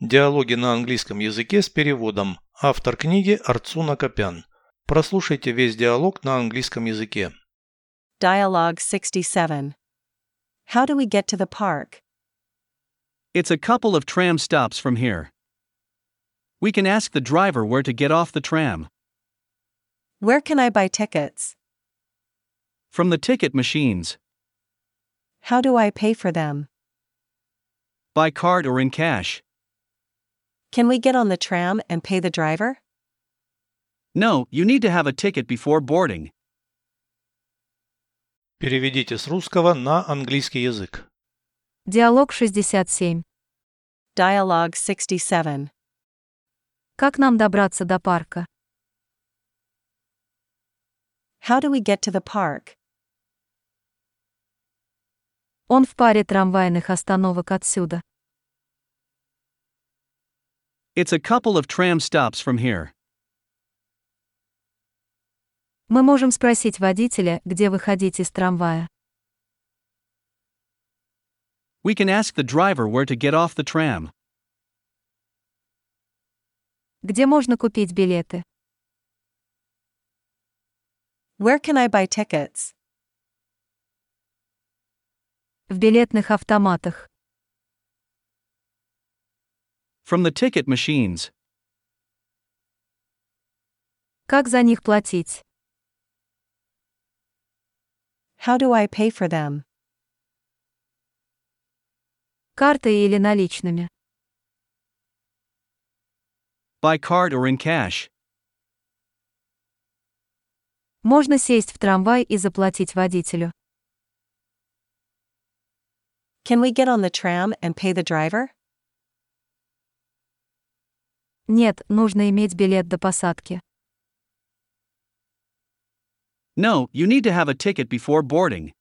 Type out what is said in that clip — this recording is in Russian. Диалоги на английском языке с переводом. Автор книги Арцуна Копян. Прослушайте весь диалог на английском языке. Dialogue 67. How do we get to the park? It's a couple of tram stops from here. We can ask the driver where to get off the tram. Where can I buy tickets? From the ticket machines, How do I pay for them? by card or in cash. Can we get on the tram and pay the driver? No, you need to have a ticket before boarding. Переведите с русского на английский язык. Диалог 67. Dialogue 67. Как нам добраться до парка? How do we get to the park? Он в паре трамвайных остановок отсюда. It's a couple of tram stops from here. Мы можем спросить водителя, где выходить из трамвая. We can ask the driver where to get off the tram. Где можно купить билеты? Where can I buy tickets? В билетных автоматах. From the ticket machines, Как за них платить? How do I pay for them? Картой или наличными? by card or in cash. Можно сесть в трамвай и заплатить водителю. Can we get on the tram and pay the driver? Нет, нужно иметь билет до посадки. No, you need to have a ticket before boarding.